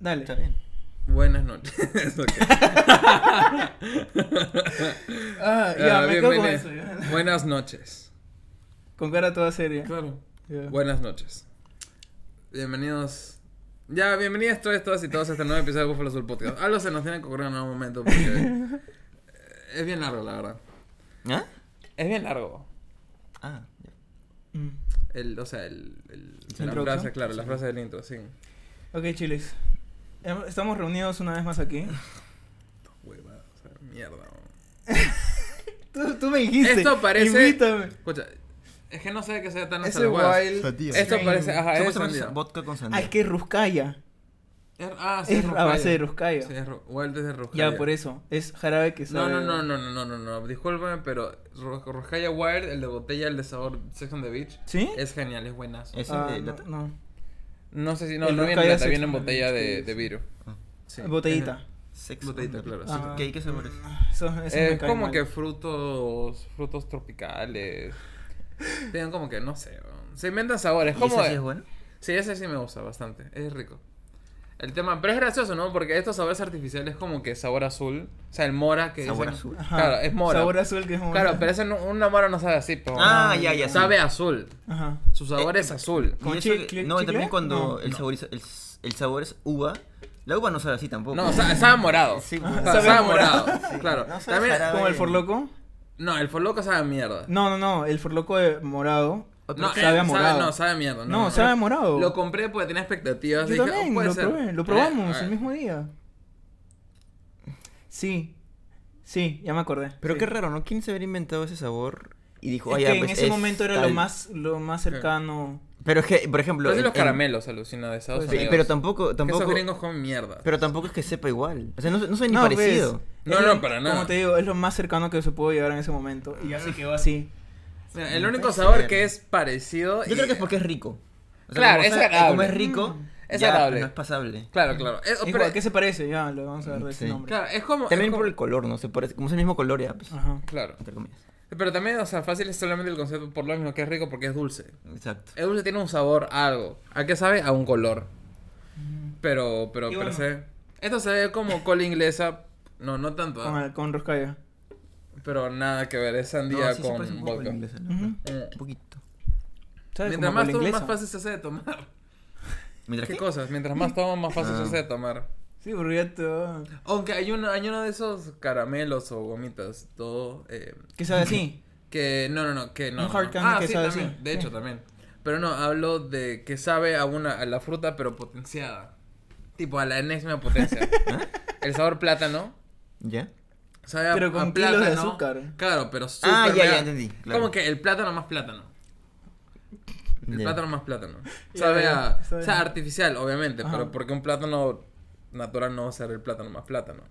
Dale. Está bien. Buenas noches. Ok. Ah, ya, Ah, me quedo con bienvenida. eso. ya. Buenas noches. Con cara toda seria. Claro. Ya. Buenas noches. Bienvenidos. Ya, bienvenidas todas, todas y todos a este nuevo episodio de Búfalo Azul Podcast. Algo se nos tiene que ocurrir en algún momento porque eh, es bien largo, la verdad. ¿Ah? Es bien largo. Ah, ya. Mm. El, o sea, el, el- ¿La la introducción? frase, claro, la frase del intro, sí. Ok, chiles. Em- Estamos reunidos una vez más aquí. Hueva, o sea, mierda. weón. Tú, tú me dijiste. Esto parece- Invítame. Escucha, es que no sé qué sea tan hasta Ese las huevas. wild. Sativa. Esto Strain. parece, ajá, es Supuestamente sandía. es vodka con Ah, es sandía. que Ruscaya. Es- Ah, sí, Es a base de Ruscaya. Ruscaya. Sí, es ru- Wild es de Ruscaya. Ya, por eso. Es jarabe que No, sabe. no, no, no, no, no, no, no, discúlpame, pero Ro- Rojaya Wild, el de botella, el de sabor Sex on the Beach, ¿Sí? es genial, es buenazo. ¿Es Ah, el de no, lata? no. No sé si, no, El no viene Rojaya en lata, Sex viene en on the botella Beach, de, sí, de sí. vidrio. Sí. Botellita. Sexo. Botellita, claro, sí. Ah. ¿Qué, qué sabores? Eso, eso me Es cae como mal. que frutos, frutos tropicales. Tienen como que, no sé, weón. se inventan sabores. ¿Y Como ese sí es bueno? Sí, ese sí me gusta bastante, es rico. El tema, pero es gracioso, ¿no? Porque estos sabores artificiales como que sabor azul, o sea, el mora que Sabor dicen- azul. Ajá. Claro, es mora. Sabor azul que es mora. Claro, pero ese no, una mora no sabe así, pero Ah, ya, ya. sí. sabe azul. Ajá. Su sabor Eh, es azul. Y ¿Con eso que- chicle- No, y chicle? también cuando No. el, sabor es, el, el sabor es uva. La uva no sabe así tampoco. No, sa- sabe morado. Sí, Sa- pues. sabe, oh. Sabe a morado. morado. Claro. No sabe También, jarabe. ¿Como el forloco? no, el forloco sabe a mierda. No, no, no. El forloco de morado. No, sabe eh, a morado. no, sabe a mierda. No, sabe a morado. Lo compré porque tenía expectativas. Yo dije, oh, también, puede lo ser. probé, lo Eh, probamos eh. el mismo día. Sí, sí, ya me acordé. Pero sí. qué raro, ¿no? ¿Quién se habría inventado ese sabor? Y dijo, Es "Ah, ya, que en pues, ese es momento era lo tal". más, lo más cercano. Pero es que, por ejemplo. Pero sí en- los en- caramelos alucina de Estados Pues sí, Sí, Unidos. pero tampoco. Que tampoco Esos gringos comen mierda. Pero tampoco es que sepa igual. O sea, no, no soy ni No, pues, parecido. No, es no, lo- para Como nada. te digo, es lo más cercano que se pudo llegar en ese momento. Y ya se quedó así. Mira, el único puede sabor ser. que es parecido. Yo y- creo que es porque es rico. Claro, como es sabe- agradable. Como es rico, es ya, pues, agradable. No es pasable. Claro, claro. Es, Es pero- ¿A qué se parece? Ya, le vamos a dar de ese Sí. nombre. claro, es como. También es como- Ah. por el color, ¿no? Se parece, como es el mismo color, ya, pues. Ajá. Claro. Entre comillas. Pero también, o sea, fácil es solamente el concepto por lo mismo que es rico porque es dulce. Exacto. El dulce tiene un sabor a algo. ¿A qué sabe? A un color. Pero, pero, Y per bueno. se. Esto se ve como cola inglesa. No, no tanto. Con, ¿ah? el- con Roscaya. Pero nada que ver. Es No, sandía sí se parece con un poco a la vodka. inglesa, la Ujú. verdad. Eh, Un poquito. ¿Sabes? Mientras Como más con la tomas, inglesa. más fácil se hace de tomar. Mientras ¿Qué que. cosas? Mientras más tomas, más fácil se Ah. hace de tomar. Sí, porque ya te va- Aunque hay uno, hay uno de esos caramelos o gomitas, todo, eh, ¿Qué sabe así? que no, no, no, que no. Un hard no. candy ah, que sí, sabe también, así. de hecho Sí. también. Pero no, hablo de que sabe a una, a la fruta pero potenciada. Tipo a la enésima potencia. El sabor plátano. ¿Ya? Sabe a, Pero con a kilos plátano. de azúcar. Claro, pero súper Ah, ya, ya mega- entendí, claro. Como que el plátano más plátano. El Ya. plátano más plátano. Ya, Sabe ya, a. está O sea, bien. artificial, obviamente, Ajá. pero porque un plátano natural no va a ser el plátano más plátano.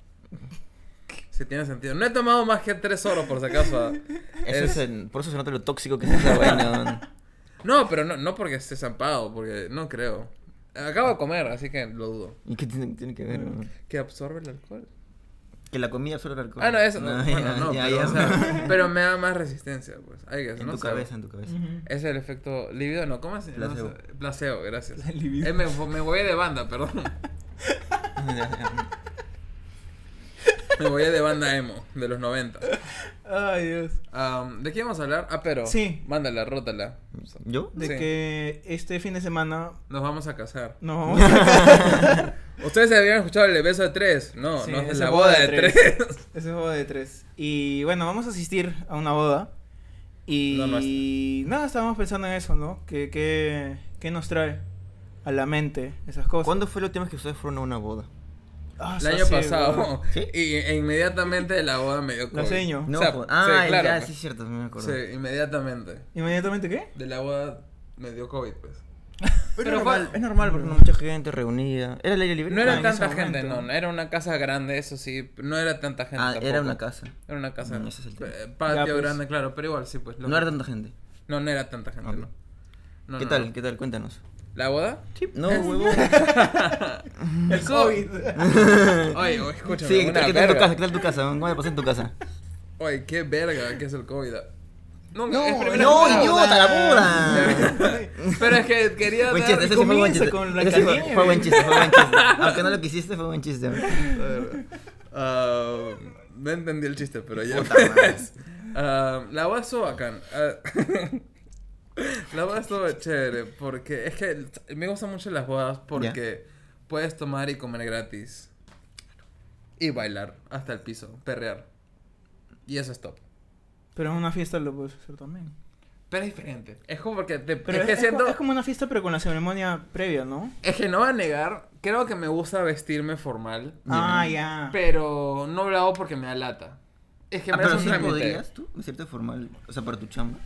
Si tiene sentido. No he tomado más que tres oros, por si acaso. Eso Es- es en- por eso se nota lo tóxico que es esa vaina. weón. No, pero no, no porque esté zampado, porque no creo. Acabo de comer, así que lo dudo. ¿Y qué tiene, tiene que ver? weón? ¿Que absorbe el alcohol? Que la comida absorbe el alcohol. Ah, no, eso. No, ya, bueno, no, ya, pero, ya. o sea, pero me da más resistencia, pues. Hay que En no tu sé. cabeza, en tu cabeza. Ujú. Es el efecto libido, ¿no? ¿Cómo es? No Placebo. sé. Placebo, gracias. La libido. Eh, me, me voy de banda, perdón. Me voy de banda emo, de los 90. Ay, Dios. Am, ¿De qué vamos a hablar? Ah, pero. Sí. Mándala, rótala. ¿Yo? De Sí. que este fin de semana Nos vamos a casar. nos vamos a... Ustedes habían escuchado el beso de tres. No, Sí, no es esa la boda de tres. Ese juego de tres. Y bueno, vamos a asistir a una boda. No, no Y nada, estábamos pensando en eso, ¿no? ¿Qué, qué, qué nos trae a la mente esas cosas? ¿Cuándo fue la última vez que ustedes fueron a una boda? Ah, eso El año sí, weón. pasado. ¿Sí? Y e inmediatamente de la boda me dio La COVID. seño. No, O sea, jo- sí, ah, claro, ya, pues. sí, cierto, no me acuerdo. Sí, inmediatamente. ¿Inmediatamente qué? De la boda me dio COVID, pues. Pero Pero es fue- normal, Mm. es normal porque no mucha gente reunida. ¿Era el aire libre? No Ah, era en tanta ese gente, momento. no, no, era una casa grande, eso sí, no era tanta gente. Ah, tampoco. era una casa. Era una casa. Mm, ese es el tema. eh, patio Ya, pues. grande, claro, pero igual sí, pues. lo- No era tanta gente. no, no era tanta gente, Ok. no. No, ¿Qué no, tal? no. ¿Qué tal? Cuéntanos. ¿La boda? No, huevo. El COVID. Oye, oye, escúchame. Sí, ¿qué una tal, qué tal tu verga. casa? ¿Qué tal tu casa? ¿Cómo la pasé en tu casa? Oye, qué verga que es el COVID. Nunca, No, es primera no, temporada. idiota, la puta. Pero es que quería Buen dar- chiste, ese sí fue buen comienza chiste. con la Ese sí fue, Canieve. fue buen chiste, fue buen chiste. Aunque no lo quisiste, fue buen chiste. Ah, no entendí el chiste, pero ya. Puta madre. Ah, la voz estuvo bacán. Ah, la boda estuvo chévere porque es que me gustan mucho las bodas porque puedes tomar y comer gratis. Y bailar hasta el piso, perrear. Y eso es top. Pero en una fiesta lo puedes hacer también. Pero es diferente. Es como porque te, Pero es, es, que es siento- co- es como una fiesta, pero con la ceremonia previa, ¿no? es que no va a negar. Creo que me gusta vestirme formal. Ah, ya. Pero no lo hago porque me da lata. Es que Ah, me pero hace un sí trámite. podrías tú, de cierto formal, o sea, para tu chamba.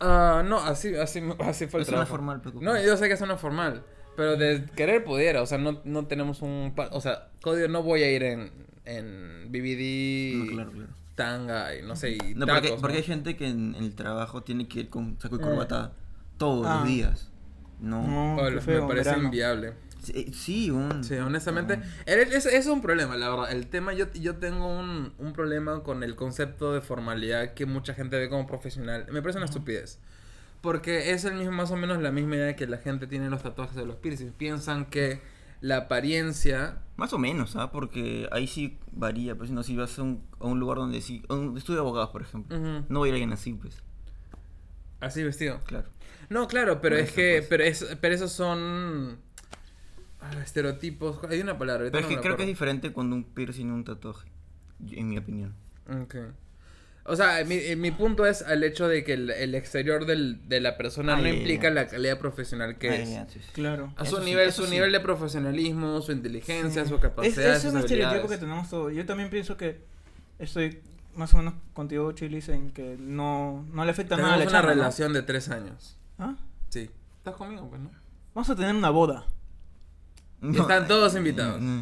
Ah, no, así, así, así fue el Es una trabajo. formal, Peco. No, yo sé que es una formal. Pero de querer pudiera, o sea, no, no tenemos un... pa- O sea, código no voy a ir en, en BBD, No, claro, claro. tanga y no sé, y No, tacos, porque, ¿no? Eh. porque hay gente que en el trabajo tiene que ir con saco y Mm. corbata todos Ah. los días. Ah, No. No, Oh, qué lo- feo, me parece verano. inviable. Sí, eh, sí, un... Sí, honestamente, el- el- ese ese es un problema, la verdad. El tema, yo, yo tengo un, un problema con el concepto de formalidad que mucha gente ve como profesional. Me parece una estupidez. Porque es el mismo, más o menos la misma idea que la gente tiene en los tatuajes de los piercings. Piensan que la apariencia Más o menos, ¿ah? Porque ahí sí varía, pues, no, si vas a un, a un lugar donde sí... a un estudio de abogados, por ejemplo. Ujú. No va a ir alguien así, pues, así vestido. claro. No, claro, pero Por es eso, que, pues. pero, es, pero esos son ah, estereotipos. Hay una palabra. ahorita Pero es no que me creo que es acuerdo. diferente cuando un piercing y un tatuaje, yo- en mi opinión. Ok. O sea, mi, eh, mi punto es al hecho de que el, el exterior del- de la persona Ah, no ya, ya, implica ya. la calidad profesional que Ah, es. ya, sí, sí. Claro. A su Eso sí, nivel, eso su sí. nivel de profesionalismo, su inteligencia, Sí. su Es, capacidad. es sus un estereotipo que habilidades. tenemos todos. Yo también pienso que estoy más o menos contigo, Chilis, en que no, no le afecta nada a Tenemos la una chamba, ¿no? relación de tres años. ¿Ah? Sí. ¿Estás conmigo, pues, no? Vamos a tener una boda. Están todos invitados. Mm.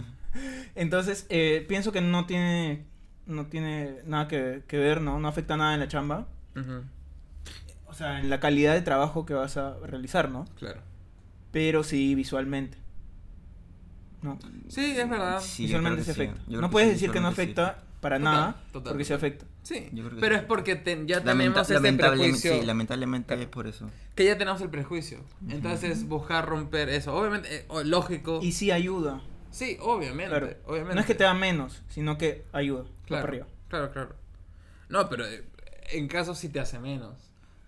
Entonces, eh, pienso que no tiene no tiene nada que, que ver, ¿no? No afecta nada en la chamba. Ujú, O sea, en la calidad de trabajo que vas a realizar, ¿no? Claro. Pero sí visualmente. ¿No? Sí, es verdad. Sí, yo creo visualmente que se sí. afecta. Yo creo No que puedes sí, decir que no visualmente sí. afecta para Total, nada, total, porque se total. afecta. Sí. Yo creo que Pero sí. es porque te- ya Lamenta- tenemos ese lamentablemente, prejuicio. sí, lamentablemente es por eso. que ya tenemos el prejuicio. Entonces, buscar romper eso. Obviamente, eh, o- lógico. Y sí ayuda. Sí, obviamente. Claro. obviamente. No es que te da menos, sino que ayuda. va claro, para arriba. Claro, claro. No, pero eh, en caso sí te hace menos.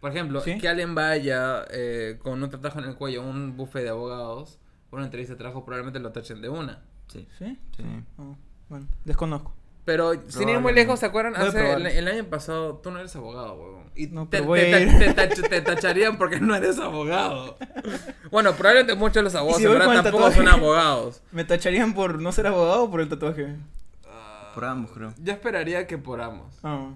Por ejemplo, ¿Sí? que alguien vaya eh, con un tatuaje en el cuello a un buffet de abogados, una entrevista de trabajo, probablemente lo tachen de una. Sí. ¿Sí? Sí. Ah, bueno, desconozco. Pero sin ir muy Probablemente. lejos, ¿se acuerdan? Voy a Hace el, probarlo. el año pasado, tú no eres abogado, huevón. Y No, te, pero voy te- a te- ir. te tach- te tacharían porque no eres abogado. Bueno, probablemente muchos de los abogados si en voy verdad con el tampoco son tatuaje? abogados. ¿Me tacharían por no ser abogado o por el tatuaje? Por ambos, creo. Yo esperaría que por ambos. Ah,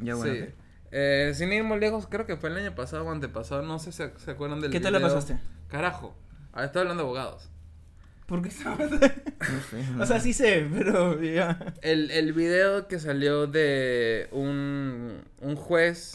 Ya bueno. sí. Eh, sin ir muy lejos, creo que fue el año pasado o antepasado, no sé si ac- se acuerdan del ¿Qué tal la video. pasaste? Carajo, ahora estoy hablando de abogados. ¿Por qué No sé, O sea, sí sé, pero ya. El, el video que salió de un, un juez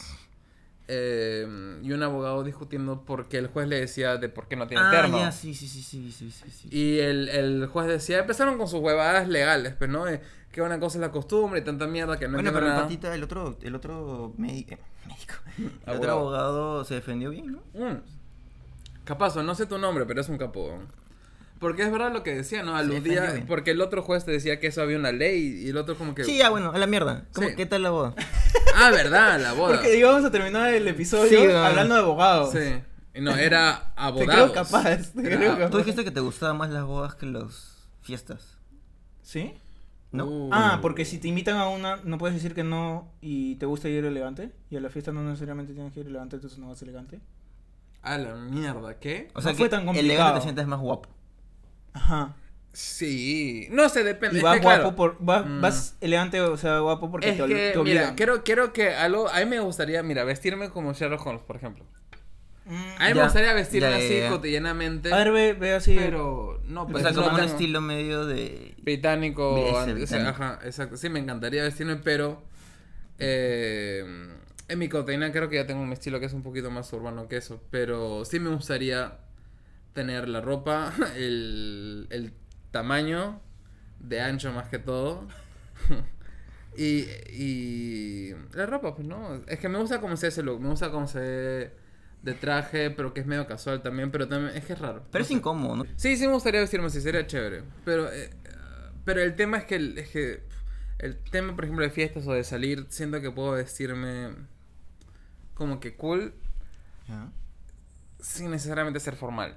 eh, y un abogado discutiendo porque el juez le decía de por qué no tiene ah, terno. ya, sí, sí, sí, sí, sí, sí, sí. Y el, el juez decía, empezaron con sus huevadas legales, pues, ¿no? Eh, que una cosa es la costumbre y tanta mierda que no bueno, entiendo pero el nada. patita, el otro, el otro médi- eh, médico, el otro Abogado. abogado se defendió bien, ¿no? Mm. Capazo, no sé tu nombre, pero es un capo. Porque es verdad lo que decía, ¿no? defendió Aludía, bien. porque el otro juez te decía que eso había una ley y el otro como que... Sí, ya, bueno, a la mierda. ¿Cómo, Sí. ¿Qué tal la boda? Ah, verdad, la boda. Porque íbamos a terminar el episodio Sí, ah. hablando de abogados. Sí. Y No, era Te abogados. creo capaz, te Era- creo capaz. Tú dijiste que te gustaban más las bodas que las fiestas, ¿Sí? ¿no? Uh. Ah, porque si te invitan a una, no puedes decir que no y te gusta ir elegante. Y a la fiesta no necesariamente tienes que ir elegante, entonces no vas elegante. A la mierda, ¿qué? O sea, No fue que tan elegante complicado. te sientes más guapo. Ajá. Sí. No sé, depende. Y es vas que, claro, guapo por, vas, Mm. vas elegante, o sea, guapo porque es te, ol- que, te obligan. mira, creo, creo que algo... A mí me gustaría, mira, vestirme como Sherlock Holmes, por ejemplo. Mm. A mí me Ya, gustaría vestirme ya, ya, así ya. cotidianamente. A ver, ve, ve así. Pero no, O pues sea, no como un tengo- estilo medio de... Británico, Ese, and- o sea, británico. ajá, exacto. Sí, me encantaría vestirme, pero eh, en mi cotidiana creo que ya tengo un estilo que es un poquito más urbano que eso, pero sí me gustaría tener la ropa, el, el tamaño de ancho más que todo, Y, y la ropa, pues no. Es que me gusta cómo se ve ese look. Me gusta cómo se ve de traje, pero que es medio casual también. Pero también es que es raro. Pero es incómodo, ¿no? Sí, sí me gustaría vestirme así, sería chévere. Pero, eh, pero el tema es que, el- es que el tema, por ejemplo, de fiestas o de salir, siento que puedo vestirme como que cool Ya. sin necesariamente ser formal.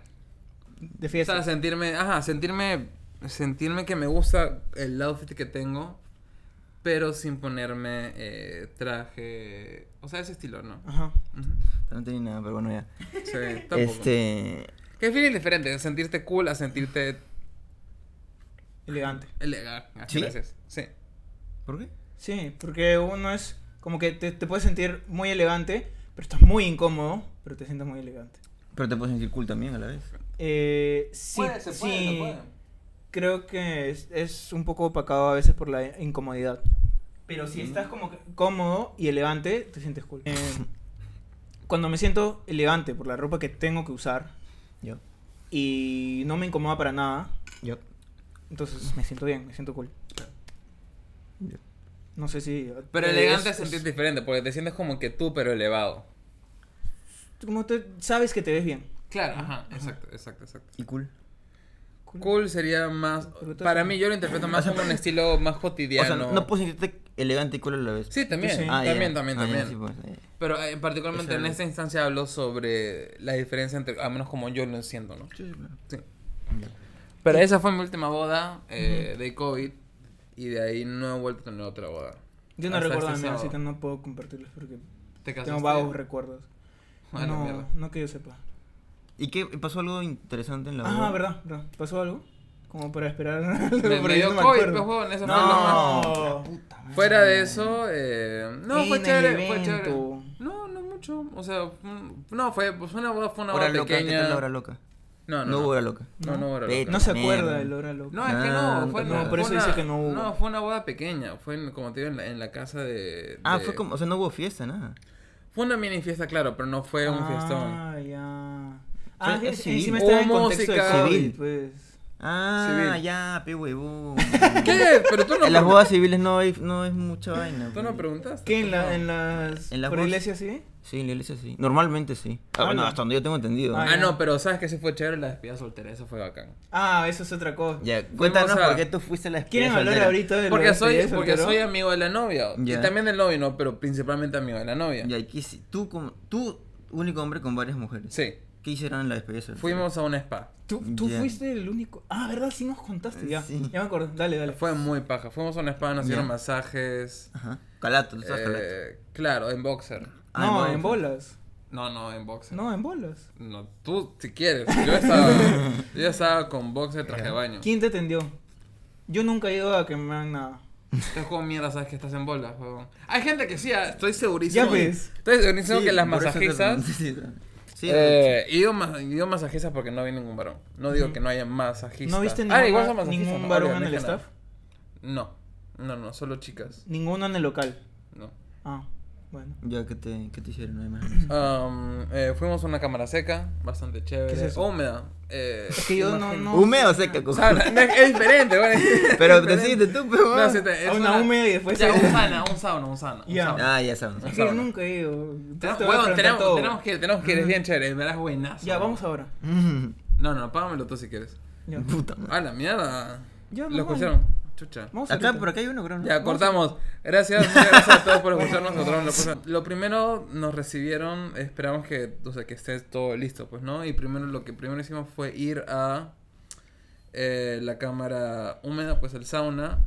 De O sea, fiesta. sentirme, ajá, sentirme, sentirme que me gusta el outfit que tengo, pero sin ponerme eh, traje, o sea, ese estilo, ¿no? Ajá. Ujú. No tenía nada, pero bueno, ya. Sí, tampoco. Este. Que es bien diferente, sentirte cool a sentirte Elegante. elegante. ¿Sí? Gracias. Sí. ¿Por qué? Sí, porque uno es como que te, te puedes sentir muy elegante, pero estás muy incómodo, pero te sientes muy elegante. Pero te puedes sentir cool también a la vez. Eh, sí, Puede, se puede, sí, se puede. creo que es, es un poco opacado a veces por la incomodidad. Pero Mm. si estás como que cómodo y elegante, te sientes cool. Eh, cuando me siento elegante por la ropa que tengo que usar Yo. y no me incomoda para nada, Yo. entonces me siento bien, me siento cool. Ya. No sé si... Pero eh, elegante es es- es- sentir diferente, porque te sientes como que tú, pero elevado. Como te, sabes que te ves bien. Claro, ajá, exacto, exacto, exacto. Y cool. Cool sería más. Pero tú- Para mí, yo lo interpreto más como un estilo más o sea, cotidiano. no, puedes sentirte elegante y cool a la vez. Sí, también, Sí. Ah, ya. también, también, Ah, ya, también. sí, pues, eh. Pero eh, particularmente Ese- en esta instancia hablo sobre la diferencia entre, al menos como yo lo siento, ¿no? Sí, sí, claro. Sí. Ya. Pero esa fue mi última boda eh, de COVID y de ahí no he vuelto a tener otra boda. Yo Ah, no Hasta recuerdo este a mí, así sábado. que no puedo compartirles porque ¿Te casaste? tengo vagos recuerdos. A la No, mierda. no que yo sepa. ¿Y qué pasó algo interesante en la Ajá, boda? Ah, verdad, verdad. ¿Pasó algo? Como para esperar. Me, me Porque yo dio no me COVID, acuerdo. pues, huevón, eso fue lo más- No. Fuera de eso, eh, no, Y fue en el chévere, fue chévere. evento. No, no mucho, o sea, mm, no, fue, pues una boda, fue una Hora boda loca, ¿qué pequeña. tal la hora loca? No, no, No hubo hora loca. No, no hubo hora Pe- loca. No se Mierda. acuerda del hora loco. No, es que Ah, no, fue, no, no, por eso fue dice una- que no hubo. No, fue una boda pequeña, fue en- como te digo, en la, en la casa de... Ah, de- fue como, o sea, no hubo fiesta, nada. Fue una mini fiesta, claro, pero no fue un fiestón. Ah, ya. Fue- Ah, es sí, civil. encima estaba en Hubo contexto de música. COVID, Civil. pues. Ah, Civil. ya, pe huevón. ¿Qué? Pero tú no, En las pregun- bodas civiles no, hay, no es mucha vaina. tú no pe. preguntaste. ¿Qué? ¿En, no. la, en las. ¿En la por voz? iglesia sí? Sí, en la iglesia sí. Normalmente sí. Ah, Ah, bueno, no. hasta donde yo tengo entendido. ¿no? Ah, Ah, no, pero ¿sabes que Sí fue chévere la despedida soltera, eso fue bacán. Ah, eso es otra cosa. Ya, cuéntanos a- por qué tú fuiste a la ¿Quieren despedida hablar soltera. ahorita de lo Porque de soy, despedida porque soltero? soy amigo de la novia. Ya. Y también del novio, no, pero principalmente amigo de la novia. Ya, ¿y qué hici- tú, como- tú, único hombre con varias mujeres. Sí. ¿Qué hicieron en la despedida soltera? Fuimos a un spa. Tú, tú Ya. fuiste el único. Ah, ¿verdad? Sí nos contaste. Ya, Sí. ya me acuerdo. Dale, dale. Fue muy paja. Fuimos a un spa, nos Ya. hicieron masajes. Ajá. Calato, tú sabes calato. eh, claro, en boxer. Ah, no, en en bolas. No, no, en boxer. No, en bolas. No, tú si quieres. Yo estaba, yo estaba con boxer traje de baño. ¿Quién te atendió? Yo nunca he ido a que me hagan nada. Te juego mierda, sabes que estás en bolas, huevón. Hay gente que sí, ah, estoy segurísimo. Ya ves. Estoy segurísimo Sí, que las por eso te masajistas. pregunté si era- Sí, eh, y digo, mas- y digo masajistas porque no vi ningún varón. No digo que no haya masajistas. ¿No viste ah, igual ninguna- son masajistas, ningún ¿no? varón Obvio, en el no dije nada. staff? No, no, no, solo chicas. Ninguno en el local. No. Ah, bueno. Ya, ¿qué te, qué te hicieron? No hay más. Am, eh, fuimos a una cámara seca, bastante chévere. ¿Qué es eso? Húmeda. Eh, Es que yo no- no- Húmedo o seca, O cojo. sea, no, es, es diferente, güey. Pero Es diferente. decidiste tú, pero. No, sí, te- es A una húmeda y después. Ya, a- un sana, un sauna, un sauna. un Ya. sauna. Ah, ya sabemos. Es que yo nunca he ido. Entonces te voy a Huevón, preguntar tenemos, todo. tenemos que ir, tenemos que ir, es bien chévere, en verdad es buenazo. Ya, vamos ahora. Mm, No, no, págamelo tú si quieres. Ya. Puta madre. A la mierda. Ya, Lo normal. escucharon. Chucha. Vamos Acá, ahorita. por acá hay uno, creo. ¿no? Ya, cortamos. Gracias, muchas gracias a todos por escucharnos. nosotros lo pasamos. Lo primero nos recibieron, esperamos que, o sea, que esté todo listo, pues, ¿no? Y primero lo que primero hicimos fue ir a eh, la cámara húmeda, pues el sauna.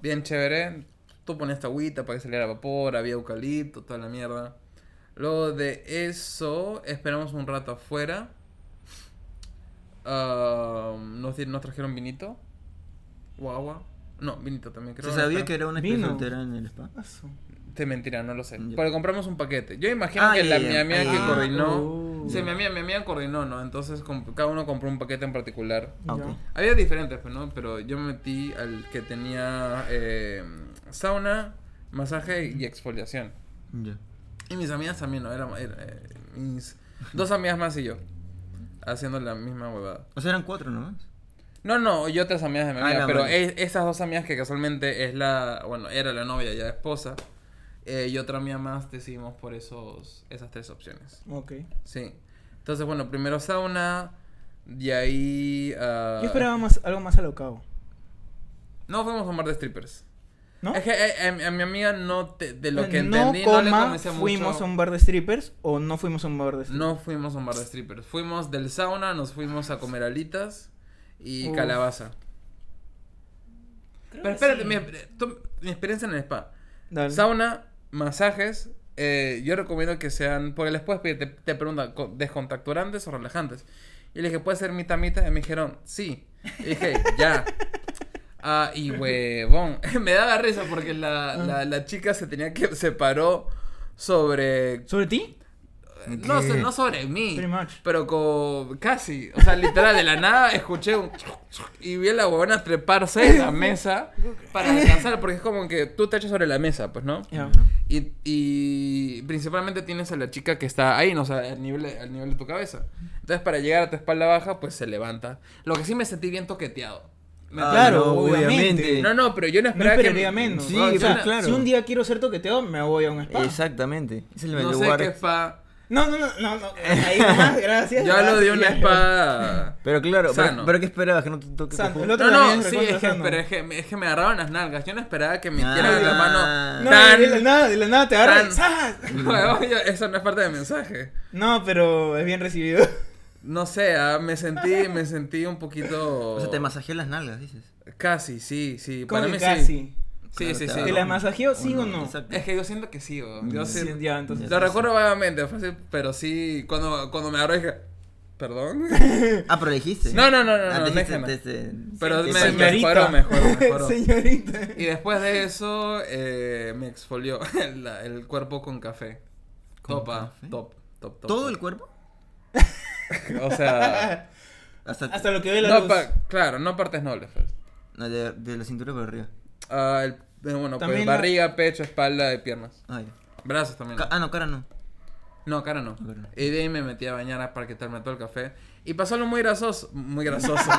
Bien chévere. Tú ponías esta agüita para que saliera vapor, había eucalipto, toda la mierda. Luego de eso, esperamos un rato afuera. Ah, nos, di- nos trajeron vinito. O agua. No, vinito también creo. Se no, sabía pero- que era una especie Vino. soltera en el spa. Ah, su- te mentira, no lo sé. Ya. Pero compramos un paquete. Yo imagino Ah, uh. que ya, la ya, mi ya. amiga que Ah, coordinó. oh. sí, mi amiga, mi amiga coordinó, ¿no? Entonces comp- cada uno compró un paquete en particular. Ah, ya. ok. Había diferentes, pues, ¿no? Pero yo me metí al que tenía eh, sauna, masaje y exfoliación. Ya. Y mis amigas también, ¿no? Era, era, eh, mis dos amigas más y yo. Haciendo la misma huevada. O sea, eran cuatro nomás. No, no, yo otras amigas de mi Ah, amiga, no, pero bueno. e- esas dos amigas que casualmente es la, bueno, era la novia, ya esposa, eh, y otra amiga más decidimos por esos, esas tres opciones. Ok. Sí. Entonces, bueno, primero sauna, de ahí... ah, Yo esperaba más, algo más alocado. No fuimos a un bar de strippers. ¿No? Es que eh, a, mi- a mi amiga no, te- de lo que Eh, no entendí, no le coma, convencía mucho. fuimos a un bar de strippers o no fuimos a un bar de strippers. No fuimos a un bar de strippers. Fuimos del sauna, nos fuimos a comer alitas y Uf. calabaza. Pero espérate, mi, tú- mi experiencia en el spa. Dale. Sauna, masajes. eh, yo recomiendo que sean. Porque les puedes pedir, te, te preguntan, co- ¿descontracturantes o relajantes? Y le dije, ¿puede ser mitad mitad? Y me dijeron, sí. Y dije, ya. Ah, y huevón. me daba risa porque Ah. la, la, la chica se tenía que. se paró sobre. ¿Sobre ti? No, ¿Qué? so- no sobre mí. Pretty much. Pero co- casi. O sea, literal, de la nada escuché un. Y vi a la huevona treparse de la mesa para descansar. Porque es como que tú te echas sobre la mesa, pues, ¿no? Ya. Y, y principalmente tienes a la chica que está ahí, no, o sea, al nivel, de- al nivel de tu cabeza. Entonces, para llegar a tu espalda baja, pues se levanta. Lo que sí me sentí bien toqueteado. Me- Ah, Claro, obviamente. No, no, pero yo No no esperaba que... esperaría menos. Sí, o sea, pues, claro. si un día quiero ser toqueteado, me voy a un spa. Exactamente. Es el No sé lugar. qué spa... No, no, no, no, no. Ahí nomás, gracias. Yo hablo de gracias. una spa... Pero claro, Sano. pero, pero ¿qué esperabas? Que no te toque Sano, cojudo? el otro- No, no, también es sí, es que, recontrasano. pero es que, me- es que me agarraban las nalgas. Yo no esperaba que me Ah. dieran la No, mano No, tan... de la nada, de la nada te agarran. tan- ¡zas! Huevón, yo- Eso no es parte del mensaje. No, pero es bien recibido. No sé, ah, me sentí, me sentí un poquito... O sea, te masajeó las nalgas, dices. Casi, sí, sí. Como Para que mí casi. sí. Sí, Claro, sí, te sí. ¿Te agarró. la masajeó, sí o no? Exacto. Es que yo siento que sí, weón. Yo Sí, sí. ya, entonces. Lo recuerdo vagamente, fue así, pero sí, cuando, cuando me agarró dije, ¿perdón? Ah, pero le dijiste. No, no, no, no, Ah, no, te dijiste, este, déjala. te- te- Pero te me- faltó. me- mejoró, mejoró, mejoró. Señorita. Y después de eso eh, me exfolió el, el cuerpo con café. ¿Con Topa, café? top, top, top. ¿Todo el cuerpo? cuerpo. O sea, Hasta, Hasta lo que ve la no luz. pa- claro, no partes nobles. pues. no, de, de la cintura para arriba. Ah, el- eh, bueno, pues También la- barriga, pecho, espalda y piernas. Ah, ya. Brazos también. Ca- ah, no, cara no. No, cara no. Cara no. Y de ahí me metí a bañar para quitarme todo el café. Y pasó algo muy grasoso. Muy grasoso.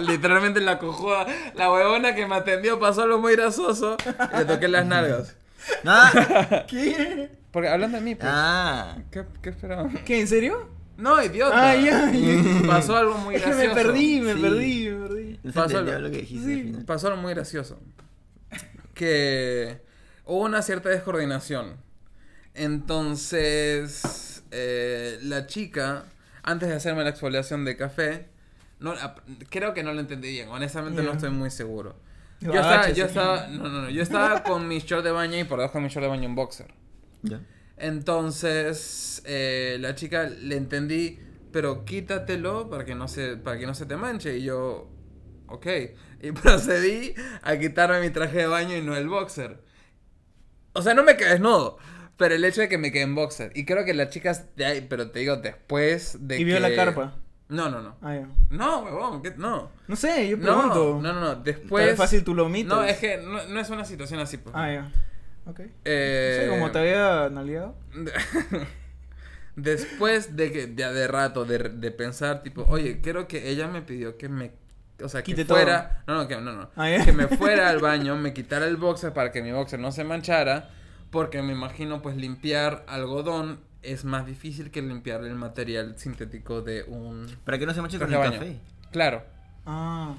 Literalmente la cojuda, la huevona que me atendió pasó algo muy grasoso. y le toqué las nalgas. Ah, ¿Qué? Porque hablando de mí, pues, ah. ¿qué, qué esperaba? ¿Qué, en serio? No, idiota. Ah, ya. ya. Pasó algo muy Es que gracioso. me perdí, me Sí. perdí, me perdí. No se Pasó entendió algo. lo que dijiste Sí. al final. Pasó algo muy gracioso. Que hubo una cierta descoordinación. Entonces, eh, la chica, antes de hacerme la exfoliación de café, no, ap- creo que no lo entendí bien. Honestamente, Ya. no estoy muy seguro. Yo Digo, estaba, agáchese. yo estaba, no, no, no, yo estaba con mi short de baño y por debajo de mi short de baño un boxer. Ya. Entonces, eh, la chica le entendí, pero quítatelo para que no se, para que no se te manche. Y yo, ok. Y procedí a quitarme mi traje de baño y no el boxer. O sea, no me quedé desnudo. Pero el hecho de que me quedé en boxer. Y creo que las chicas, de ahí- pero te digo, después de Y vio que- la carpa. No, no, no. Ah, ya. No, huevón, ¿qué? no. No sé, yo No, pregunto. no, no, Pues... no. Después... fácil tú lo omites. No, es que no, no es una situación así. Pues. Ah, ya. Ok. Eh, No sé, como te había nalgueado. Después de que ya de rato de, de pensar tipo, oye, creo que ella me pidió que me o sea, que Quite todo. fuera, no, no, que no, no, Ah, ya. que me fuera al baño, me quitara el boxer para que mi boxer no se manchara, porque me imagino pues limpiar algodón es más difícil que limpiar el material sintético de un Para que no se manche con el traje de baño. café. Claro. Ah,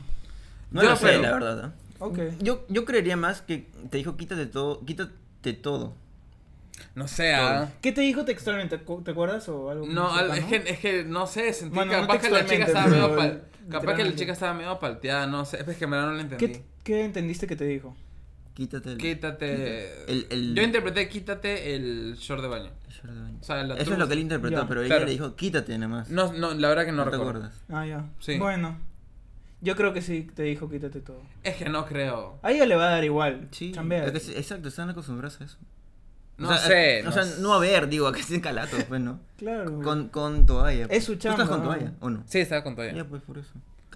No Yo lo sé, creo. la verdad. ¿no? ok. Yo, yo creería más que te dijo quítate todo, quítate todo. No sé, ah. ¿Qué te dijo textualmente? ¿Te acu- te acuerdas o algo? No, sepa, al- es, que, es que no sé, sentí Bueno, no capaz que la textualmente, chica estaba medio pero pal- capaz que la literalmente. chica estaba medio palteada, no sé, es que en verdad no la entendí. ¿Qué, ¿Qué entendiste que te dijo? Quítate el. Quítate. El- el- Yo interpreté quítate el short de baño. el short de baño. O sea, la Eso es lo que él interpretó, Ya, pero claro. ella le dijo quítate nada más. No, no, la verdad que no, te recuerdo. acuerdas. Ah, ya. Sí. Bueno, yo creo que sí te dijo quítate todo. Es que no creo. A ella le va a dar igual. Sí, Chambea. es que sí, exacto, están acostumbrados a eso. No o sea, sé. eh, O sea, no a ver, digo, a que estén calatos, pues, ¿no? Claro. Con, con toalla. pues. Es su ¿Tú estás con chamba. toalla o no? Sí, estaba con toalla. Ya, pues, por eso.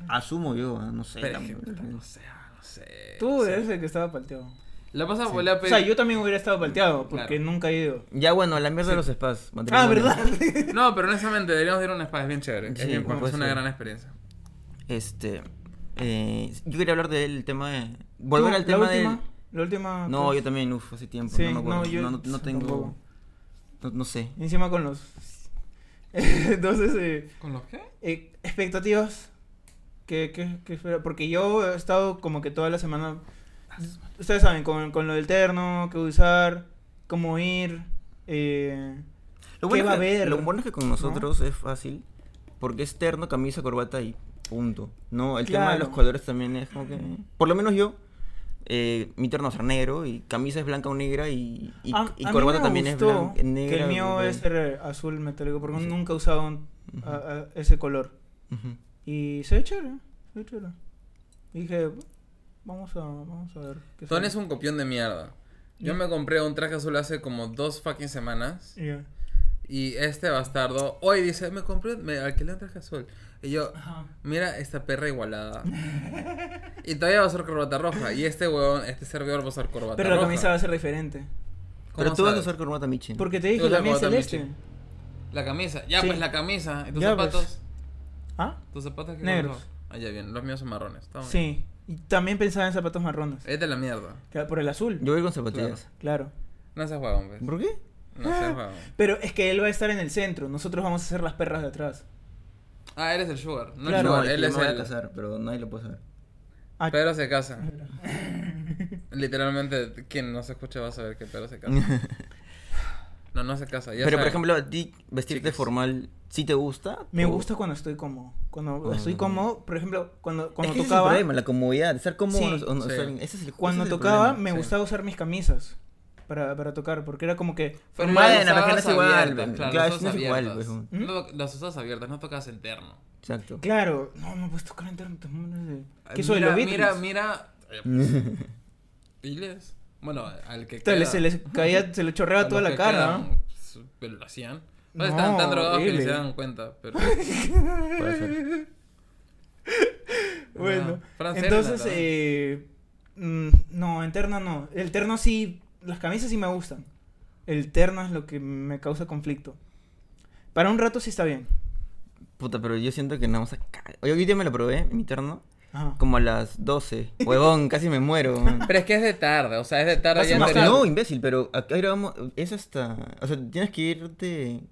Asumo yo, ah, no sé. Pero es que, tampoco. puta, no sé, ah, no sé. Tú no sé. eres el que estaba palteado. La pasa Sí. volé a O pedir. sea, yo también hubiera estado palteado porque nunca he ido. Ya, bueno, la mierda de los spas. Ah, matrimonio. ¿verdad? No, pero honestamente deberíamos ir a un spa, es bien chévere. es Sí, bien- puede es una ser. gran experiencia. Este. eh, yo quería hablar del tema de. Volver ¿Tú, al tema la del- última, La última. No, pues, yo también, uff, hace tiempo. Sí, no me acuerdo. no, yo no, no tengo. tampoco. No, no sé. Encima con los. Entonces, eh, ¿Con los qué? eh, expectativas. ¿Qué, qué, qué espera? Porque yo he estado como que toda la semana. Ustedes saben, con, con lo del terno, qué usar, cómo ir. Eh, Lo bueno, ¿Qué va es a que, haber? lo bueno es que con nosotros es fácil. Porque es terno, camisa, corbata y punto. No, el tema de los Claro. colores también es como que. Por lo menos yo. eh, mi terno es negro y camisa es blanca o negra y, y, a- y a mí corbata me también es gustó blanca, negra. Que el mío blanca. es eh, azul metálico, porque Sí. nunca he usado un- Ujú. a- a- ese color. Ujú. Y se ve chévere, se ve chévere. Y dije, vamos a, vamos a ver. qué Ton sale". es un copión de mierda. Yo Mm. me compré un traje azul hace como dos fucking semanas. Ya. Y este bastardo hoy dice, me compré, me alquilé un traje azul. Y yo, mira esta perra igualada. y todavía va a usar corbata roja. Y este huevón, este servidor va a usar corbata Pero roja. la camisa va a ser diferente. Pero ¿Cómo tú vas a sabes? usar corbata Michi. Porque te Yo dije, la la mía es corbata me celeste. La camisa. Ya, Sí. pues la camisa. ¿Y tus Ya, zapatos? ¿Ah? ¿Tus zapatos qué Negros. color son? Ah, ya bien. Los míos son marrones. Ah, Está bien. Sí. Y también pensaba en zapatos marrones. Es de la mierda. Claro, Por el azul. Eh. Yo voy con zapatillas. Claro. No se juega, hombre. ¿Por qué? No Ah. se juega. Pero es que él va a estar en el centro. Nosotros vamos a ser las perras de atrás. Ah, eres el sugar. No Claro. no, el sugar, que él yo es me voy a el... casar, pero nadie lo puede saber. Ah, Pedro se casa. Literalmente, quien no se escucha va a saber que Pedro se casa. No, no se casa. Ya pero por saben. ejemplo, a ti vestirte Chicas. formal, ¿sí te gusta? me ¿O- gusta cuando estoy cómodo. Cuando Cuando- estoy cómodo, por ejemplo, cuando, cuando es que ese tocaba. es el problema, la comodidad, estar cómodo Sí, o no- o no sí. estar bien. Ese es el- Cuando ese es el tocaba, problema. me sí. gustaba usar mis camisas para, para tocar, porque era como que. Pero Bueno, las pero que no usabas es igual, abiertas, pues. Claro, Claro, las no usabas es igual, abiertas. pues. ¿Mm? No, las usabas abiertas, no tocabas el terno. Exacto. Claro, no, no puedes tocar en terno. te mueres de- ¿Qué soy, Ah, mira, los Beatles? Mira, mira. Piles. Bueno, al que Te- le- queda. se les caía, se le A chorreaba los toda la que cara. quedan, ¿no? pues, Pero lo hacían. No, No, estaban tan drogados que ni se horrible. dan cuenta. Pero... Puede ser. Bueno, Ah, Fran Serra, entonces, ¿no? eh, mm, no, en terno no. El terno sí, las camisas sí me gustan. El terno es lo que me causa conflicto. Para un rato sí está bien. Puta, pero yo siento que no vamos a cagar. Hoy, hoy día me lo probé, mi terno, Ajá. como a las 12. Huevón, casi me muero. man. Pero es que es de tarde, o sea, es de tarde Vas ya a No, matar. anterior. no, imbécil, pero acá grabamos. Es hasta. O sea, tienes que irte.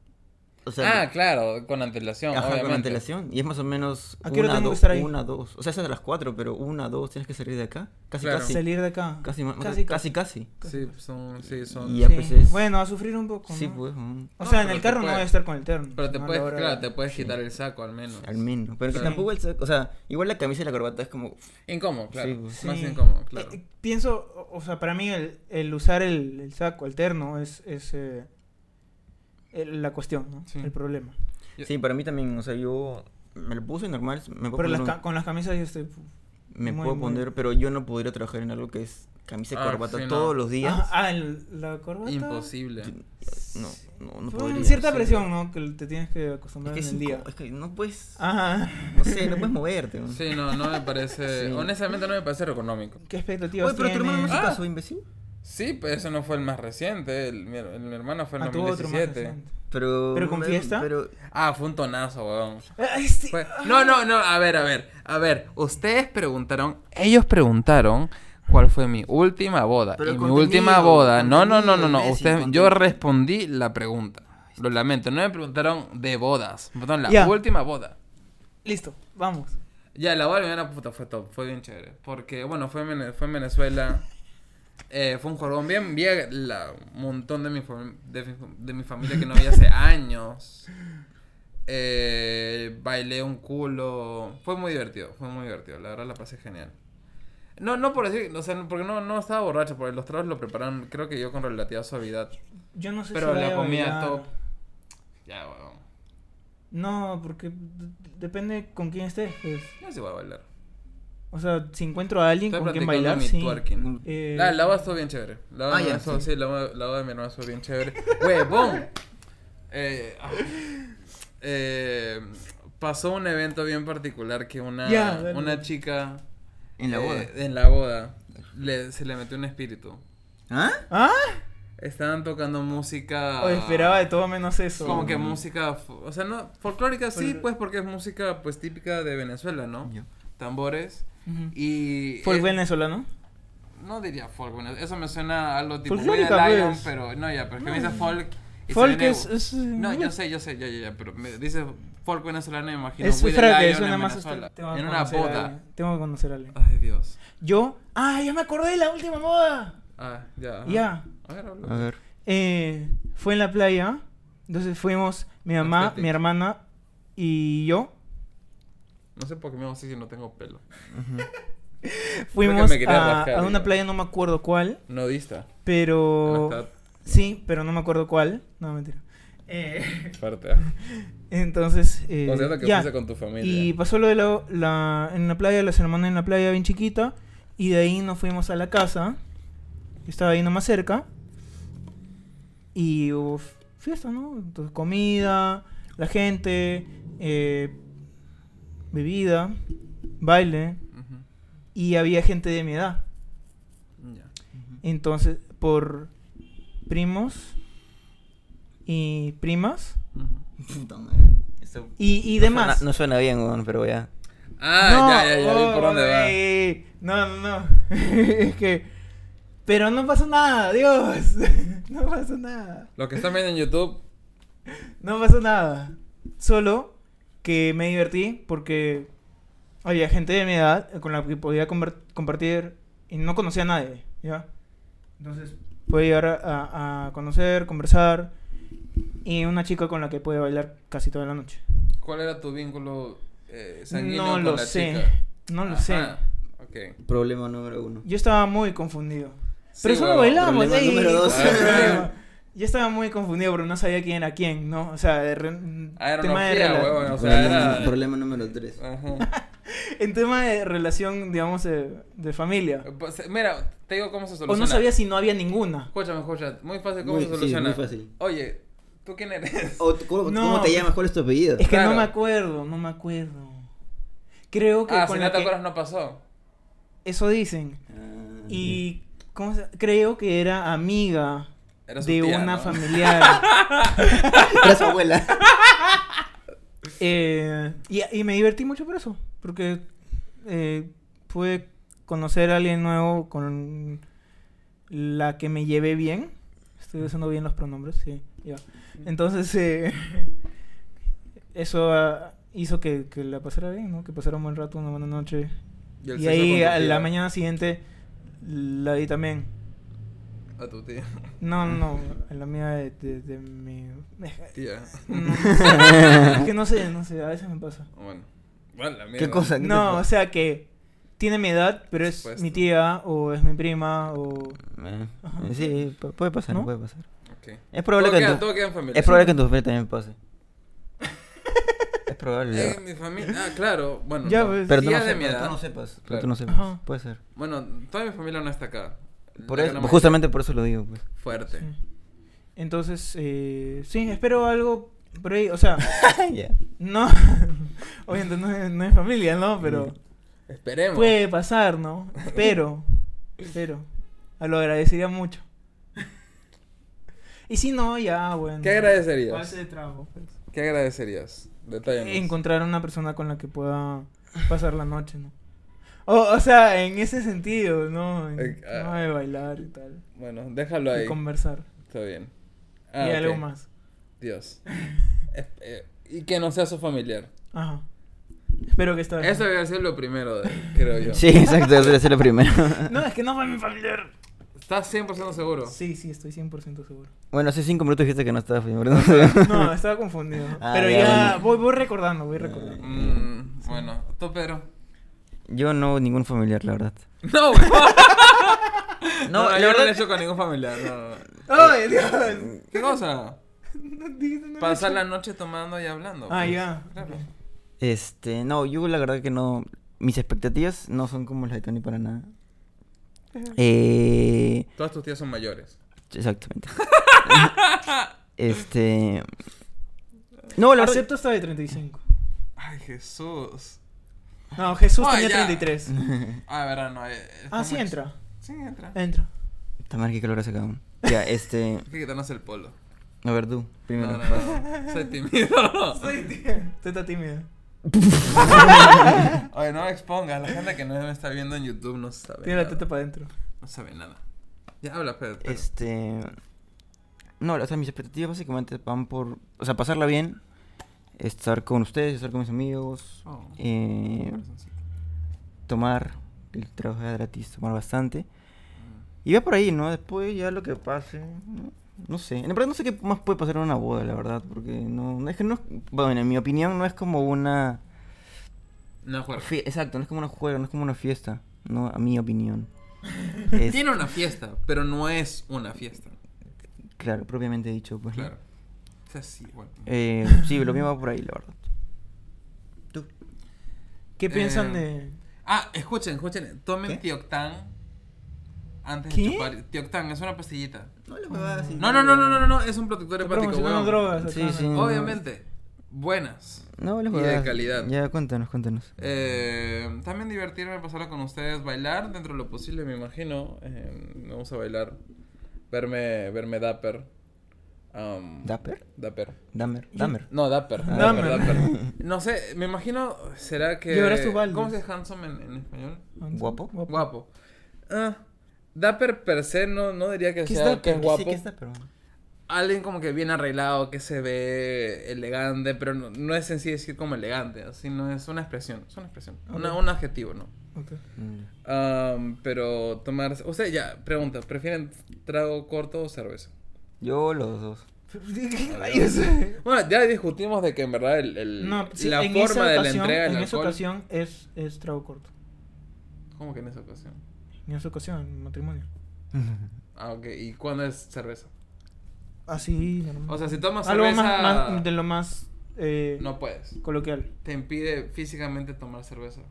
O sea, Ah, claro, con antelación, Ajá, obviamente. con antelación. Y es más o menos ¿A qué hora una, tengo que do- estar ahí? una, dos. O sea, es a las cuatro, pero una, dos, tienes que salir de acá. Casi, Claro. casi. Salir de acá. Casi, ma- Casi, casi, casi. Sí, son, sí, son... Y ya, Sí. pues, es- Bueno, a sufrir un poco. Sí, ¿no? pues, mm, O No, sea, en pero el te carro no puede- voy a estar con el terno. Pero te sino a la Eh, puedes, hora de- claro, te puedes quitar el saco al menos. al menos. Pero que Sí. tampoco el saco- O sea, igual la camisa y la corbata es como. Incómodo, claro. Sí, pues. Más Sí. incómodo, claro. Eh, eh, pienso, o- o sea, para mí el, el usar el, el saco, el terno, es, es eh, el- la cuestión, ¿no? Sí. El problema. Yo- Sí, para mí también. O sea, yo me lo puse normal. Me puedo Pero poner, las un- ca- con las camisas yo estoy... me muy, puedo muy- poner pero yo no podría trabajar en algo que es camisa y Ah, corbata sí, no. todos los días. Ah, ah, el- la corbata... Imposible. No, no, no Fue podría. cierta sí. presión, ¿no? Que te tienes que Es acostumbrar que, es en el día. Ah. incó- es que no puedes. Ajá. No sé, no puedes moverte. man. Sí, no, no me parece... Sí. Honestamente no me parece económico. ¿Qué expectativas Oye, pero tu hermano no tienes? se Ah. casó, imbécil. Sí, pero eso no fue el más reciente. El, mi, el- mi hermano fue en Ah, tuvo otro más 2017. reciente. Pero. ¿Pero con me- fiesta? Pero. Ah, fue un tonazo, weón. Ah, este- Fue- No, no, no, a ver, a ver, a ver. Ustedes preguntaron, ellos preguntaron cuál fue mi última boda. Pero y mi contenido, última boda. No, no, no, no, no. contenido, Ustedes, imbécil, yo contenido. respondí la pregunta. Lo lamento, no me preguntaron de bodas. Me preguntaron la Ya. última boda. Listo, vamos. Ya, la boda de mi hermana, puta fue top, fue bien chévere. Porque, bueno, fue en, Vene- fue en Venezuela. eh, fue un jorobón. Bien, vi a la- un montón de mi, fam- de, mi, de mi familia que no había hace años. Eh, bailé un culo. Fue muy divertido, fue muy divertido. La verdad la pasé genial. No, no por decir, o sea, porque no, no estaba borracho, porque los tragos lo prepararon, creo que yo con relativa suavidad. Yo no sé Pero si voy la a comida bailar. top. Ya, weón. No, porque d- depende con quién estés. pues. Ya se va a bailar. O sea, si encuentro a alguien Estoy con quien practicando bailar, mi sí. twerking. Eh, La, la boda estuvo bien chévere. La boda Ah, de mi ya, hermano estuvo- sí. sí, la boda- la boda de mi hermano estuvo bien chévere. ¡Huevón! Eh, ah, eh, pasó un evento bien particular que una, Ya, dale. una chica En la eh, boda. en la boda le- se le metió un espíritu. ¿Ah? ¿Ah? Estaban tocando música. Oh, O esperaba de todo menos eso. Como que Mm. música. fo- O sea, no. Folclórica sí, Folclor- pues porque es música pues típica de Venezuela, ¿no? Ya. Tambores. Ujú. Y. Folk eh, venezolano. No diría folk, bueno, eso me suena a algo tipo Folclórica, Weird Lion, pues. pero no, ya, pero es que me dice folk. y se Folk viene- es, es, eh, No, yo sé, yo sé, ya, ya, ya, pero me dice folk venezolano y me imagino Es Weird fra- que Lion suena en más Venezuela, hostil. Tengo que en una conocer a boda. alguien. Tengo que conocer a alguien. Ay, Dios. Yo. ¡Ah! Ya me acordé de la última moda. Ah, ya. ajá. Ya. A ver, habla. A ver. Eh, fue en la playa. Entonces fuimos mi mamá, Espérate. mi hermana y yo. No sé por qué me vas a decir que no tengo pelo. Fuimos me quería a, rascar, a una digo. playa, no me acuerdo cuál. Nodista. Pero. Ah, Sí, pero no me acuerdo cuál. No, mentira. Eh, está fuerte. ah. entonces. eh, Considera que ya. fuiste con tu familia. Y pasó lo de la, la- en la playa, las hermanas en la playa bien chiquita. Y de ahí nos fuimos a la casa. que Estaba ahí nomás cerca. Y hubo f- fiesta, ¿no? Entonces, comida, la gente, eh, bebida, baile. Ujú. Y había gente de mi edad. Ya. Entonces, por primos y primas. Ujú. Puta madre. Eso Y, y no demás. suena- no suena bien, weón, pero ya. Ah, ya, ya, ya, vi por dónde va. ey, ey. No, no, no. es que. Pero no pasó nada, Dios. no pasó nada. Los que están viendo en YouTube, No pasó nada. Solo que me divertí porque había gente de mi edad con la que podía conver- compartir y no conocía a nadie, ¿ya? Entonces pude llegar a, a- a conocer, conversar y una chica con la que pude bailar casi toda la noche. ¿cuál era tu vínculo eh, sanguíneo No con lo la sé, chica? no lo Ajá, sé. Ok. Problema número uno. Yo estaba muy confundido. Sí, Pero eso no huevón. bailamos, Problema ey. número dos. Ese es el problema. Yo estaba muy confundido porque no sabía quién era quién, ¿no? O sea, de re- Ah, era tema una de orgía, rela- huevón, o sea, problema, era... problema número tres. Ajá. en tema de relación, digamos, de, de familia. Pues, mira, te digo cómo se O soluciona. no sabía si no había ninguna. Escúchame, escúchame. Muy fácil cómo Muy- se sí, soluciona. muy fácil. Oye, ¿tú quién eres? O tú- ¿cómo, No. cómo te llamas? ¿Cuál es tu apellido? Es que Claro. no me acuerdo, no me acuerdo. Creo que ah, con si la no te que- acuerdas no pasó. eso dicen. Ah, Y ¿cómo se- creo que era amiga Era su de tía, una ¿no? familiar. Era su abuela. Eh, y, y me divertí mucho por eso, porque eh, pude conocer a alguien nuevo con la que me llevé bien. Estoy usando bien los pronombres, sí. ya. Entonces, eh, eso ah, hizo que, que la pasara bien, ¿no? Que pasara un buen rato, una buena noche. el Y, sexo con ahí tu a la tía. mañana siguiente la vi también. A tu tía. No, no, no, a la mía de, de- de mi... Tía. No, es que no sé, no sé, a veces me pasa. Bueno. Bueno, la mierda. ¿Qué cosa? ¿Qué te No, o pasa? sea que tiene mi edad, pero es Supuesto. mi tía o es mi prima o... Eh, Ajá. Sí, pu- puede pasar, ¿No? puede pasar. Ok. Es Todo probable que queda, en tu, todo queda en familia. es probable que en tu familia también pase. es probable. Eh, mi familia. Ah, claro. Bueno. Ya, no. pues. Pero tú Tía no, de sepas, mi pero tú edad. no sepas. Pero Claro. tú no sepas. Ajá. Puede ser. Bueno, toda mi familia no está acá. Por La eso- gran mayoría- justamente por eso lo digo. pues. Fuerte. Sí. Entonces, eh, sí, espero algo por ahí, o sea, Ya. no, obviamente no es, no es familia, ¿no? Pero Esperemos. puede pasar, ¿no? Espero, espero, a lo agradecería mucho. Y si no, ya, bueno. ¿Qué agradecerías? Pase de trago, pues. ¿Qué agradecerías? Detalle. encontrar una persona con la que pueda pasar la noche, ¿no? O, o sea, en ese sentido, ¿no? En- Eh, ah. no de bailar y tal. Bueno, déjalo ahí. Y conversar. Está bien. y Ah, ok. algo más. Dios. Es- eh, y que no sea su familiar. Ajá. Espero que esté bien. Eso debe ser lo primero, de- creo yo. Sí, exacto, eso es lo primero. No, es que no fue mi familiar. ¿Estás 100% seguro? Sí, sí, estoy 100% seguro. Bueno, hace cinco minutos dijiste que no estaba filmando. No, No, estaba confundido. Ah, Pero ya, ya bueno. voy, voy recordando, Ah. voy recordando. Mm, bueno, tú, Pedro. Yo no, ningún familiar, la verdad. No, no, No, la yo no lo he verdad. hecho con ningún familiar. no, no. ¡Ay, Eh, Dios! ¿Qué cosa? No dijiste nada. Pasar la noche tomando y hablando. Ah, pues. ya. Claro. Este, no, yo la verdad que no. Mis expectativas no son como las de Tony para nada. Eh, Todas tus tías son mayores. exactamente. este. No, la verdad. Acepto estaba de 35. Ay, Jesús. No, Jesús Ay, tenía ya. 33. Ah, verano. eh, está Ah, sí muy- entra. Eh. Sí, entra. Entra. Tamar, qué calor hace cada uno. Ya, este. Hay que quitarnos el polo. A ver, tú, primero. No, no, no. Soy tímido. Soy tímida. Tú estás tímida. Oye, no me expongas. La gente que no me está viendo en YouTube no sabe. Tiene la nada. teta para adentro. No sabe nada. Ya habla, Pedro. Pedro. Este. No, o sea, mis expectativas básicamente van por. O sea, pasarla bien, estar con ustedes, estar con mis amigos, Oh, eh, corazoncito. tomar. El trabajo era gratis, tomar bastante. Y va por ahí, ¿no? Después ya lo que pase. No, no sé. En verdad no sé qué más puede pasar en una boda, la verdad. Porque no. no- Es que no. es- Bueno, en mi opinión no es como una. No juega. fie- Exacto, no es como una juega, no es como una fiesta. No, a mi opinión. Es, Tiene una fiesta, pero no es una fiesta. Claro, propiamente dicho, pues. ¿no? Claro. Es así, igual. Eh, sí, lo mío va por ahí, la verdad. Tú. ¿Qué Eh, piensan de.? Ah, escuchen, escuchen. Tomen ¿Qué? Tioctán antes ¿Qué? de chupar. Tioctán es una pastillita. No le huevada así. No, no, no, no, no, no, no, es un protector Están hepático, promocionando weón. drogas. acá, Sí, ¿no? sí. Obviamente. Buenas. No, Y de les huevadas. calidad. Ya, cuéntanos, cuéntanos. Eh, también divertirme, pasarla con ustedes, bailar dentro de lo posible, me imagino. Eh, me gusta bailar. Verme, verme Dapper. Am, ¿Dapper? Ah, Dapper. Dahmer. Dahmer. No, Dapper. Dapper. Dapper, Dapper. No sé, me imagino, será que... Llevarás tu balde. ¿Cómo se dice handsome en, en español? ¿Guapo? Guapo. Ah, Dapper per se no, no diría que sea que es Sí, guapo. ¿qué es Dapper? Alguien como que bien arreglado, que se ve elegante, pero no, no es en sí decir como elegante, sino es una expresión, es una expresión, una- Ok. un adjetivo, ¿no? Ok. Mm. Am, pero tomar... Usted ya, pregunta, ¿prefieren trago corto o cerveza? Yo los dos. ¿Qué rayos? Bueno, ya discutimos de que en verdad el, el- No, sí, la en forma esa de la ocasión- entrega del En esa alcohol... ocasión es, es trago corto. ¿Cómo que en esa ocasión? En esa ocasión, en matrimonio. Ah, ok. ¿Y cuándo es cerveza? Así, normal. O sea, si tomas Algo cerveza... más, más- de lo más eh, No puedes. coloquial. Te impide físicamente tomar cerveza.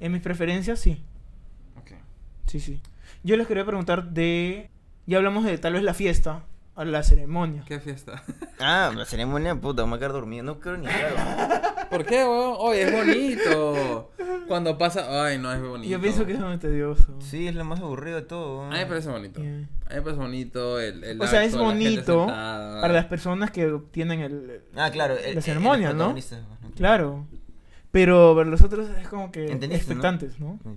En mis preferencias, sí. Ok. Sí, sí. Yo les quería preguntar de... Ya hablamos de tal vez la fiesta, a la ceremonia. ¿Qué fiesta? Ah, la ceremonia, puta, me voy a quedar dormido. No quiero ni hablar. ¿Por qué, weón? Oye, es bonito. Cuando pasa... Ay, no, es bonito. Yo pienso que es muy tedioso. Sí, es lo más aburrido de todo. A ¿no? mí me parece bonito. Yeah. A mí me parece bonito el... el O sea, es acto, la gente bonito sentada. Para las personas que obtienen el... Ah, claro. el- La el- ceremonia, el ¿no? protagonista, bueno, Claro. Pero para los otros es como que Entendiste, ¿no? expectantes, ¿no? claro.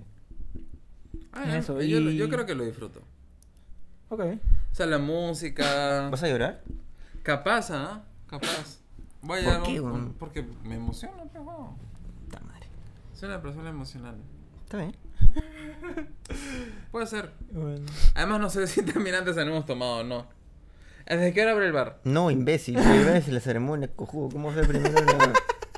Ah, Eso, yo, y- yo creo que lo disfruto. O Ok. sea, la música... ¿Vas a llorar? Capaz, ¿ah? Capaz. Voy a ¿Por dar un- qué, un- weón? Porque me emociona, pero weón. Puta madre. Soy una persona emocional. Está bien. Puede ser. Bueno. Además, no sé si también antes habíamos tomado o no. ¿Desde qué hora abre el bar? No, imbécil. Primero es la ceremonia, cojudo. ¿Cómo se primero la...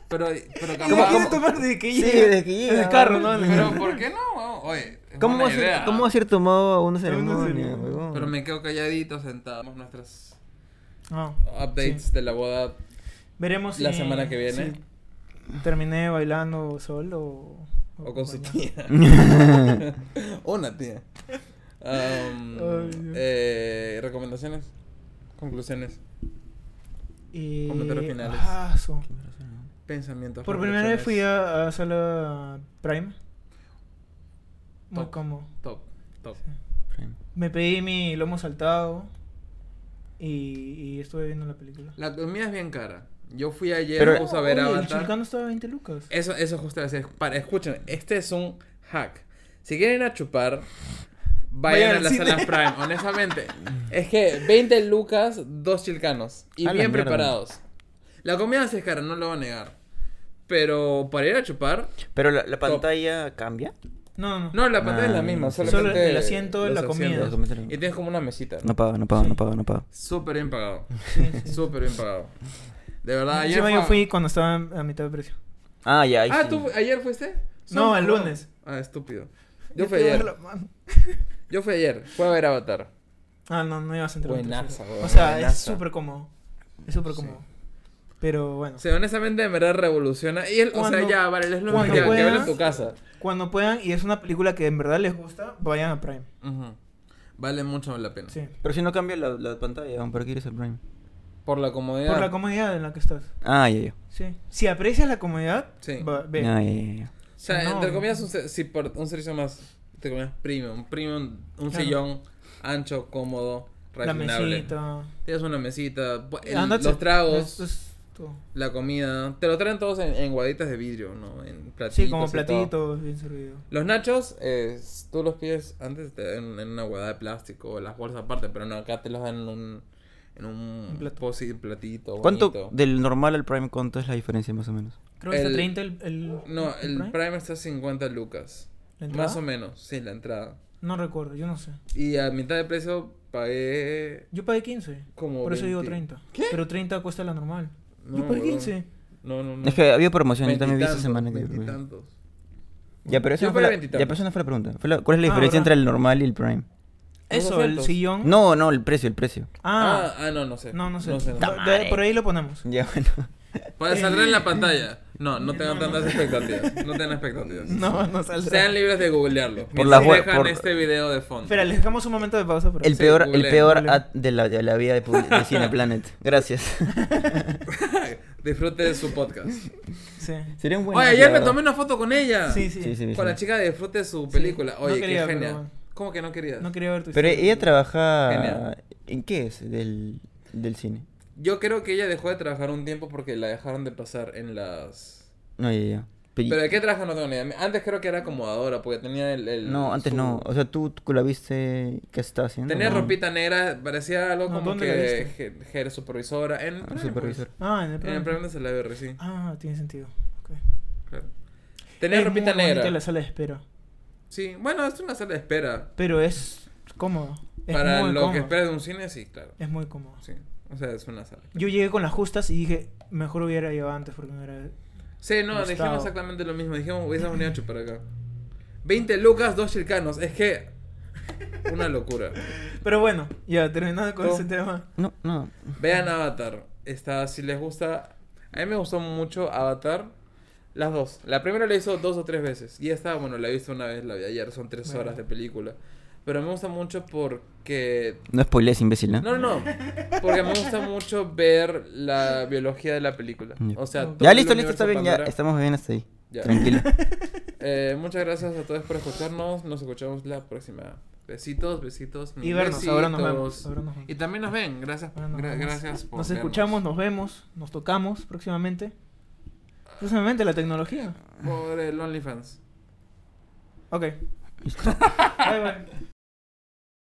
Pero, pero ¿Cómo capaz. quieres tomar desde que Sí, llega? desde que llega. Desde el carro, ¿no? Pero, ¿por qué no? weón? Oye, es ¿Cómo buena va, a ser, idea. ¿Cómo va a ser tomado a una ceremonia, ceremonia. huevón? Pero me quedo calladito, sentado. Damos nuestras Ah, updates sí. de la boda. Veremos la si- semana que viene. si terminé bailando solo o... O con su acompañado. tía. Una tía. Um, Ay, Dios. eh, ¿Recomendaciones? ¿Conclusiones? Y... Comentarios finales. ah, su- Pensamientos. Por primera vez fui reflexiones. a, a sala Prime. Muy Top. cómodo. Top, top. Me pedí mi lomo saltado y, y estuve viendo la película. La comida es bien cara. Yo fui ayer Pero- me puse a ver Oye, El Avatar. Eh, chilcano estaba a 20 lucas. Eso, eso justo iba a decir. Para, escuchen, este es un hack. Si quieren ir a chupar, Vayan vayan a al las cine. salas Prime, honestamente. Es que 20 lucas, dos chilcanos. Y A la bien mierda. preparados. La comida sí es cara, no lo voy a negar. Pero para ir a chupar. Pero la, la pantalla cambia. No, no. No, la pantalla Ah, es la misma. sí. Solamente Solo el asiento, los la comida. asientos. Los asientos. Y tienes como una mesita. No pago, no pago, Sí. no pago, no pago. Súper bien pagado. Sí, sí. Súper bien pagado. De verdad, ayer. Encima fue yo a- fui cuando estaba a mitad de precio. Ah, ya, ahí Ah, sí. ¿tú fu- ayer fuiste? No, Son- el lunes. Ah, estúpido. Yo fui te iba a dar ayer. la mano. Yo fui ayer. Fui a ver Avatar. Ah, no, no ibas a entrar. en Buenaza, tercero. weón, O sea, es buenaza. súper cómodo. Es súper Sí. cómodo. Pero bueno. O sea, honestamente, en verdad revoluciona. Y él, o sea, Cuando- ya, vale, es lo cuando que que vale en puedas. tu casa. Cuando puedan, y es una película que en verdad les gusta, vayan a Prime. Ujú. Vale mucho la pena. Sí. Pero si no cambia la, la pantalla, ¿para qué quieres el Prime? Por la comodidad. Por la comodidad en la que estás. Ah, ya, ya. Sí. Si aprecias la comodidad, Sí. va- ve. Ah, ya, ya, ya. O sea, No. entre comillas, un, se- sí, por un servicio más. Te comillas premium. Premium, un Claro. sillón. ancho, cómodo, La refinable. mesita. Tienes una mesita, pu- el- Ándate. los tragos, Esto es todo. la comida. Te lo traen todos en, en guaditas de vidrio, ¿no? En platitos. Sí, como y todo. platitos, bien servido. Los nachos, eh, tú los pides antes te dan en una huevada de plástico, las bolsas aparte, pero no, acá te los dan en un, en un, Un plato. posi- platito. ¿Cuánto bonito. del normal al Prime cuánto es la diferencia más o menos? Creo que El- está 30 el. el No, el Prime. prime está 50 lucas. ¿La entrada? Más o menos, sí, la entrada. No recuerdo, yo no sé. Y a mitad de precio pagué Yo pagué 15. como. Por eso digo 20. 30. Pero 30 cuesta la normal. No, yo pagué huevón. 15. No, no, no. Es que había promoción, yo también vi esta Veintitantos, semana que yo probé. veintitantos. Ya, pero eso Yo no fue pagué la, veintitantos. ya, pero eso no fue la pregunta. Fue la- ¿Cuál es la Ah, diferencia ¿verdad? entre el normal y el Prime? Eso, el 200. sillón. No, no, el precio, el precio. Ah, Ah, ah, no, no sé. no, no sé. no. De- madre. por ahí lo ponemos. Ya, bueno. Para salir en la pantalla. No, no tengan Eh, No, tantas expectativas. No tengan expectativas. No, no Sean saldrá. libres de googlearlo. Por Mientras la web, dejan por- este video de fondo. Espera, les dejamos un momento de pausa. Pero El Sí, peor, el googleen, peor googleen. ad de la, de la vida de, publi- de Cineplanet. Gracias. Disfrute de su podcast. Sí. Sería un buen Oye, ad, ayer la me verdad. tomé una foto con ella. Sí, sí. Sí, sí, vi, Con la sí. chica de Disfrute de su Sí. película. Oye, No quería, qué pero genia. bueno. ¿Cómo que no querías? No quería ver tu Pero historia. ella trabaja... pues, Genial. ¿En qué es del, del cine? Yo creo que ella dejó de trabajar un tiempo porque la dejaron de pasar en las. No, ya, ya. Pe- Pero de qué trabaja no tengo ni idea. Antes creo que era acomodadora porque tenía el. el- No, antes su- no. O sea, tú, tú la viste... ¿Qué está haciendo? Tenía No. ropita negra, parecía algo No, como ¿dónde la que viste? je- je- supervisora. En el Ah, Prime, supervisor. pues. Ah, en el En el programa. Prime se la ve recién. Ah, tiene sentido. ok. Claro. Tenía Es ropita muy bonita negra. la sala de espera. Sí, bueno, es una sala de espera. Pero es cómodo. Es Para muy lo cómodo. que esperas de un cine, sí, claro. Es muy cómodo. Sí. O sea, es una sala. Yo llegué con las justas y dije, mejor hubiera llegado antes porque no era... Sí, no, Gustavo. dijimos exactamente lo mismo. Dijimos, hubiésemos venido a chupar acá. 20 lucas, dos chilcanos. Es que. Una locura. Pero bueno, ya terminando con No. ese tema. No, no. Vean Avatar. Está, si les gusta. A mí me gustó mucho Avatar. Las dos. La primera la hizo dos o tres veces. Y esta, bueno, la he visto una vez, la vi ayer. Son tres Bueno. horas de película. Pero me gusta mucho porque No spoilees, imbécil, ¿no? No, no, no. Porque me gusta mucho ver la biología de la película. Ya. O sea, Ya, todo Ya, el listo, listo, universo está bien. Ya, Pandora. estamos bien hasta ahí. Ya. Tranquilo. Eh, muchas gracias a todos por escucharnos. Nos escuchamos la próxima. Besitos, besitos. Y vernos, ahora nos vemos. besitos. ahora nos vemos. Y también nos ven. Gracias, Ahora nos vemos. gra- gracias por Nos vernos. escuchamos, nos vemos, nos tocamos próximamente. Próximamente la tecnología. Por el OnlyFans. Ok. Listo. Bye, bye.